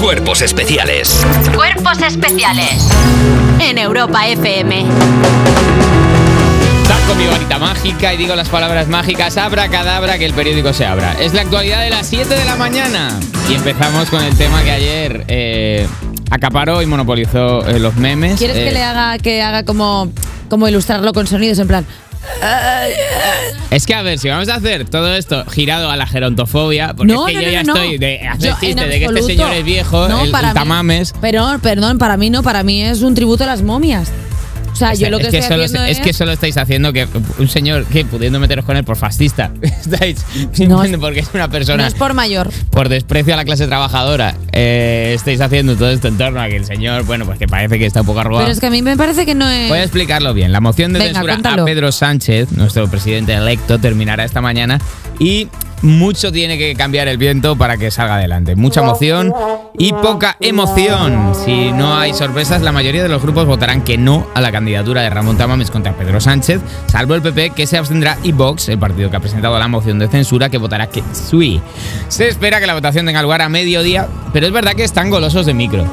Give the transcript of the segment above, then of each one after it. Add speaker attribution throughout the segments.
Speaker 1: Cuerpos especiales.
Speaker 2: Cuerpos especiales. En Europa FM.
Speaker 3: Están conmigo ahorita mágica y digo las palabras mágicas. Abra cadabra que el periódico se abra. Es la actualidad de las 7 de la mañana. Y empezamos con el tema que ayer eh, acaparó y monopolizó eh, los memes.
Speaker 4: ¿Quieres
Speaker 3: Eh,
Speaker 4: que le haga que haga como, como ilustrarlo con sonidos en plan?
Speaker 3: Es que a ver, si vamos a hacer todo esto girado a la gerontofobia, porque
Speaker 4: no,
Speaker 3: es que
Speaker 4: no,
Speaker 3: yo
Speaker 4: no,
Speaker 3: ya
Speaker 4: no, no.
Speaker 3: estoy de hacer
Speaker 4: Yo, en
Speaker 3: chiste de que este
Speaker 4: absoluto.
Speaker 3: señor es viejo,
Speaker 4: No,
Speaker 3: el,
Speaker 4: para
Speaker 3: el
Speaker 4: mí-
Speaker 3: tamames.
Speaker 4: Pero, perdón, para mí no, para mí es un tributo a las momias. O sea, yo lo que,
Speaker 3: Este, es, que
Speaker 4: estoy
Speaker 3: solo,
Speaker 4: haciendo
Speaker 3: es que solo estáis haciendo que un señor que pudiendo meteros con él por fascista estáis simplemente porque es una persona
Speaker 4: no es por mayor.
Speaker 3: por desprecio a la clase trabajadora eh, estáis haciendo todo esto en torno a que el señor bueno pues que parece que está un poco arrugado
Speaker 4: Pero es que a mí me parece que no es.
Speaker 3: Voy a explicarlo bien. La moción de
Speaker 4: Venga,
Speaker 3: censura
Speaker 4: cuéntalo.
Speaker 3: a Pedro Sánchez, nuestro presidente electo, terminará esta mañana y mucho tiene que cambiar el viento para que salga adelante. Mucha moción y poca emoción. Si no hay sorpresas, la mayoría de los grupos votarán que no a la candidatura de Ramón Tamames contra Pedro Sánchez, salvo el PP que se abstendrá y Vox, el partido que ha presentado la moción de censura, que votará que sí. Se espera que la votación tenga lugar a mediodía, pero es verdad que están golosos de micro.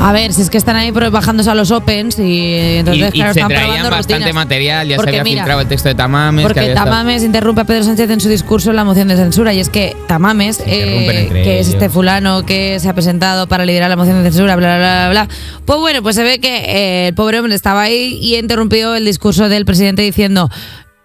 Speaker 4: A ver, si es que están ahí pro- bajándose a los opens y
Speaker 3: Y,
Speaker 4: entonces
Speaker 3: y
Speaker 4: claro,
Speaker 3: se
Speaker 4: están
Speaker 3: traían
Speaker 4: probando
Speaker 3: bastante
Speaker 4: rutinas.
Speaker 3: material, ya
Speaker 4: Porque
Speaker 3: se había
Speaker 4: mira,
Speaker 3: filtrado el texto de Tamames. que
Speaker 4: Porque
Speaker 3: había estado-
Speaker 4: Tamames interrumpe a Pedro Sánchez en su discurso en la moción de censura. Y es que Tamames,
Speaker 3: interrumpen
Speaker 4: eh,
Speaker 3: entre
Speaker 4: que es este
Speaker 3: ellos.
Speaker 4: fulano que se ha presentado para liderar la moción de censura, bla, bla, bla, bla. Pues bueno, pues se ve que eh, el pobre hombre estaba ahí y interrumpió el discurso del presidente diciendo...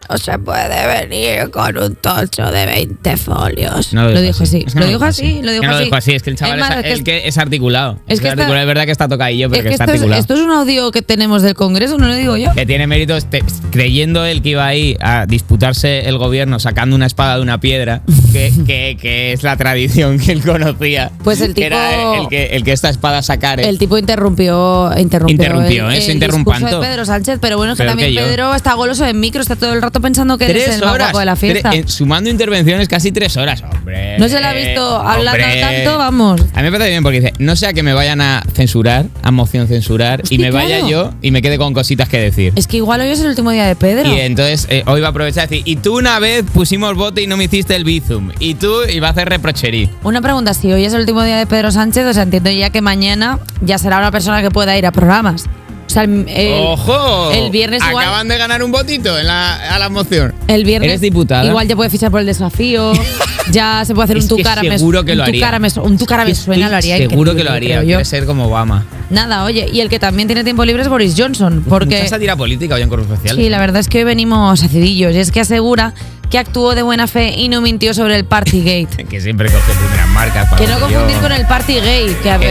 Speaker 4: No se puede venir con un tocho de 20 folios.
Speaker 3: No
Speaker 4: lo, dijo así.
Speaker 3: Es que
Speaker 4: Lo
Speaker 3: no
Speaker 4: dijo así,
Speaker 3: Es
Speaker 4: lo dijo
Speaker 3: que no
Speaker 4: así.
Speaker 3: lo dijo así. Es que el chaval
Speaker 4: más,
Speaker 3: es,
Speaker 4: es que
Speaker 3: es que es articulado.
Speaker 4: es
Speaker 3: Es,
Speaker 4: que está-
Speaker 3: articulado. es verdad que está tocadillo, pero
Speaker 4: es
Speaker 3: que,
Speaker 4: que
Speaker 3: está
Speaker 4: esto, es,
Speaker 3: articulado. Eh,
Speaker 4: esto es un audio que tenemos del Congreso, no lo digo yo.
Speaker 3: Que tiene méritos te- creyendo él que iba ahí a disputarse el gobierno sacando una espada de una piedra, que, que- que es la tradición que él conocía.
Speaker 4: Pues el
Speaker 3: Que era
Speaker 4: tipo-
Speaker 3: el que, el que esta espada sacar.
Speaker 4: El tipo interrumpió, interrumpió,
Speaker 3: eh. Interrumpió,
Speaker 4: el,
Speaker 3: ¿eh? Se
Speaker 4: el
Speaker 3: interrumpanto.
Speaker 4: discurso de Pedro Sánchez, pero bueno, es que
Speaker 3: Peor
Speaker 4: también
Speaker 3: que yo.
Speaker 4: Pedro está goloso en micro, está todo el rato pensando que eres el más guapo de la fiesta.
Speaker 3: tre- en- eh, sumando intervenciones casi tres horas, hombre.
Speaker 4: No se la ha visto hablando
Speaker 3: hombre.
Speaker 4: tanto, vamos.
Speaker 3: A mí me parece bien porque dice, no sea que me vayan a censurar, a moción censurar,
Speaker 4: Hostia,
Speaker 3: y me vaya
Speaker 4: claro.
Speaker 3: yo y me quede con cositas que decir.
Speaker 4: Es que igual hoy es el último día de Pedro.
Speaker 3: Y entonces eh, hoy va a aprovechar y decir, y tú una vez pusimos bote y no me hiciste el bizum. Y tú y va a hacer reprocherí.
Speaker 4: Una pregunta, si hoy es el último día de Pedro Sánchez, o sea, entiendo ya que mañana ya será una persona que pueda ir a programas. O sea, el, el-
Speaker 3: ¡Ojo!
Speaker 4: el viernes igual-
Speaker 3: Acaban de ganar un votito en la- a la moción.
Speaker 4: el viernes
Speaker 3: Eres diputada.
Speaker 4: igual ya puede fichar por el desafío, ya se puede hacer
Speaker 3: Es
Speaker 4: un tu
Speaker 3: que
Speaker 4: cara me
Speaker 3: seguro que lo
Speaker 4: un tu
Speaker 3: haría.
Speaker 4: cara me su- un tu cara me suena, lo haría
Speaker 3: Seguro que
Speaker 4: increíble,
Speaker 3: lo haría.
Speaker 4: creo yo.
Speaker 3: Quiere ser como Obama.
Speaker 4: Nada, oye, y el que también tiene tiempo libre es Boris Johnson, porque
Speaker 3: Mucha sátira política hoy en Corrupción Social.
Speaker 4: Sí, la verdad es que hoy venimos acidillos y es que asegura que actuó de buena fe y no mintió sobre el Partygate.
Speaker 3: Que siempre coge primeras marcas para
Speaker 4: Que no
Speaker 3: lo yo-
Speaker 4: confundir con el Partygate, que hay,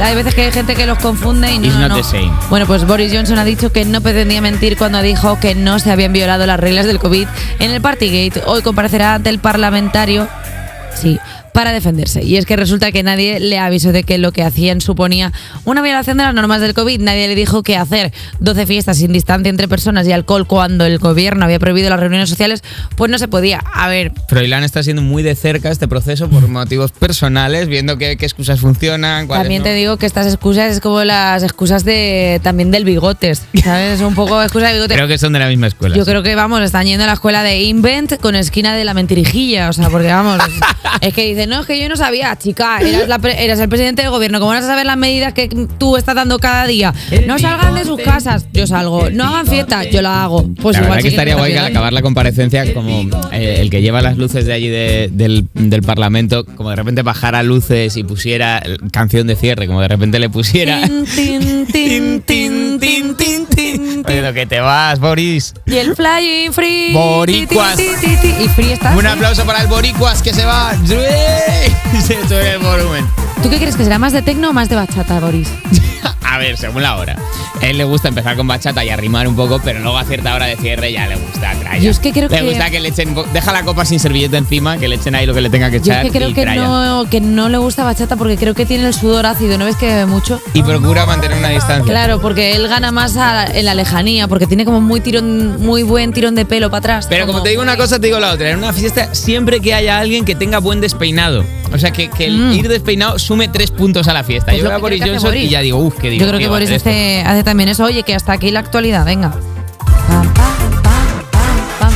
Speaker 4: hay veces que hay gente que los confunde y no,
Speaker 3: It's Eh. not
Speaker 4: no.
Speaker 3: the same.
Speaker 4: Bueno, pues Boris Johnson ha dicho que no pretendía mentir cuando dijo que no se habían violado las reglas del COVID en el Partygate. Hoy comparecerá ante el parlamentario Sí, para defenderse. Y es que resulta que nadie le avisó de que lo que hacían suponía una violación de las normas del COVID. Nadie le dijo que hacer 12 fiestas sin distancia entre personas y alcohol cuando el gobierno había prohibido las reuniones sociales, pues no se podía. A ver,
Speaker 3: Froilán está siendo muy de cerca este proceso por motivos personales, viendo qué, qué excusas funcionan. cuáles
Speaker 4: también
Speaker 3: no.
Speaker 4: te digo que estas excusas es como las excusas de también del bigotes, ¿sabes? Un poco excusa de bigotes.
Speaker 3: Creo que son de la misma escuela.
Speaker 4: Yo
Speaker 3: sí.
Speaker 4: creo que, vamos, están yendo a la escuela de Invent con esquina de la mentirijilla. O sea, porque, vamos, es- es que dicen, no, es que yo no sabía, chica, eras, la pre- eras el presidente del gobierno, ¿cómo vas a saber las medidas que tú estás dando cada día? No salgan de sus casas, yo salgo. No hagan fiesta, yo la hago. Pues
Speaker 3: la
Speaker 4: igual
Speaker 3: verdad que
Speaker 4: sí
Speaker 3: estaría
Speaker 4: está
Speaker 3: guay que al
Speaker 4: bien.
Speaker 3: acabar la comparecencia, como eh, el que lleva las luces de allí de- del, del Parlamento, como de repente bajara luces y pusiera el- canción de cierre, como de repente le pusiera.
Speaker 4: Tin, tin, tin, tin, tin, tin, tin, tin.
Speaker 3: Oye, lo que te vas, Boris.
Speaker 4: Y el flying free.
Speaker 3: Boricuas.
Speaker 4: Ti, ti, ti, ti. Y free está.
Speaker 3: Un aplauso para el Boricuas que se va. Y se sube el volumen.
Speaker 4: ¿Tú qué crees que será más de tecno o más de bachata, Boris?
Speaker 3: A ver, según la hora. A él le gusta empezar con bachata y arrimar un poco, pero luego a cierta hora de cierre ya le gusta traya.
Speaker 4: Yo es que creo
Speaker 3: le
Speaker 4: que-
Speaker 3: gusta que le echen. po- Deja la copa sin servilleta encima, que le echen ahí lo que le tenga que
Speaker 4: Yo es
Speaker 3: echar.
Speaker 4: que creo
Speaker 3: y
Speaker 4: que
Speaker 3: tralla.
Speaker 4: no, que no le gusta bachata porque creo que tiene el sudor ácido, ¿no ves que bebe mucho?
Speaker 3: Y procura mantener una distancia.
Speaker 4: Claro, porque él gana más a- en la lejanía, porque tiene como muy tirón, muy buen tirón de pelo para atrás.
Speaker 3: Pero como te digo una cosa, te digo la otra. En una fiesta, siempre que haya alguien que tenga buen despeinado. O sea, que, que el ir despeinado sume tres puntos a la fiesta.
Speaker 4: Mm. Pues
Speaker 3: yo
Speaker 4: lo
Speaker 3: veo a
Speaker 4: que creo
Speaker 3: Boris
Speaker 4: que hace
Speaker 3: Johnson y
Speaker 4: Boris.
Speaker 3: ya digo, uff, qué
Speaker 4: Yo creo que
Speaker 3: divertido
Speaker 4: Boris
Speaker 3: hacer esto.
Speaker 4: hace, hace también eso. Oye, que hasta aquí la actualidad, venga.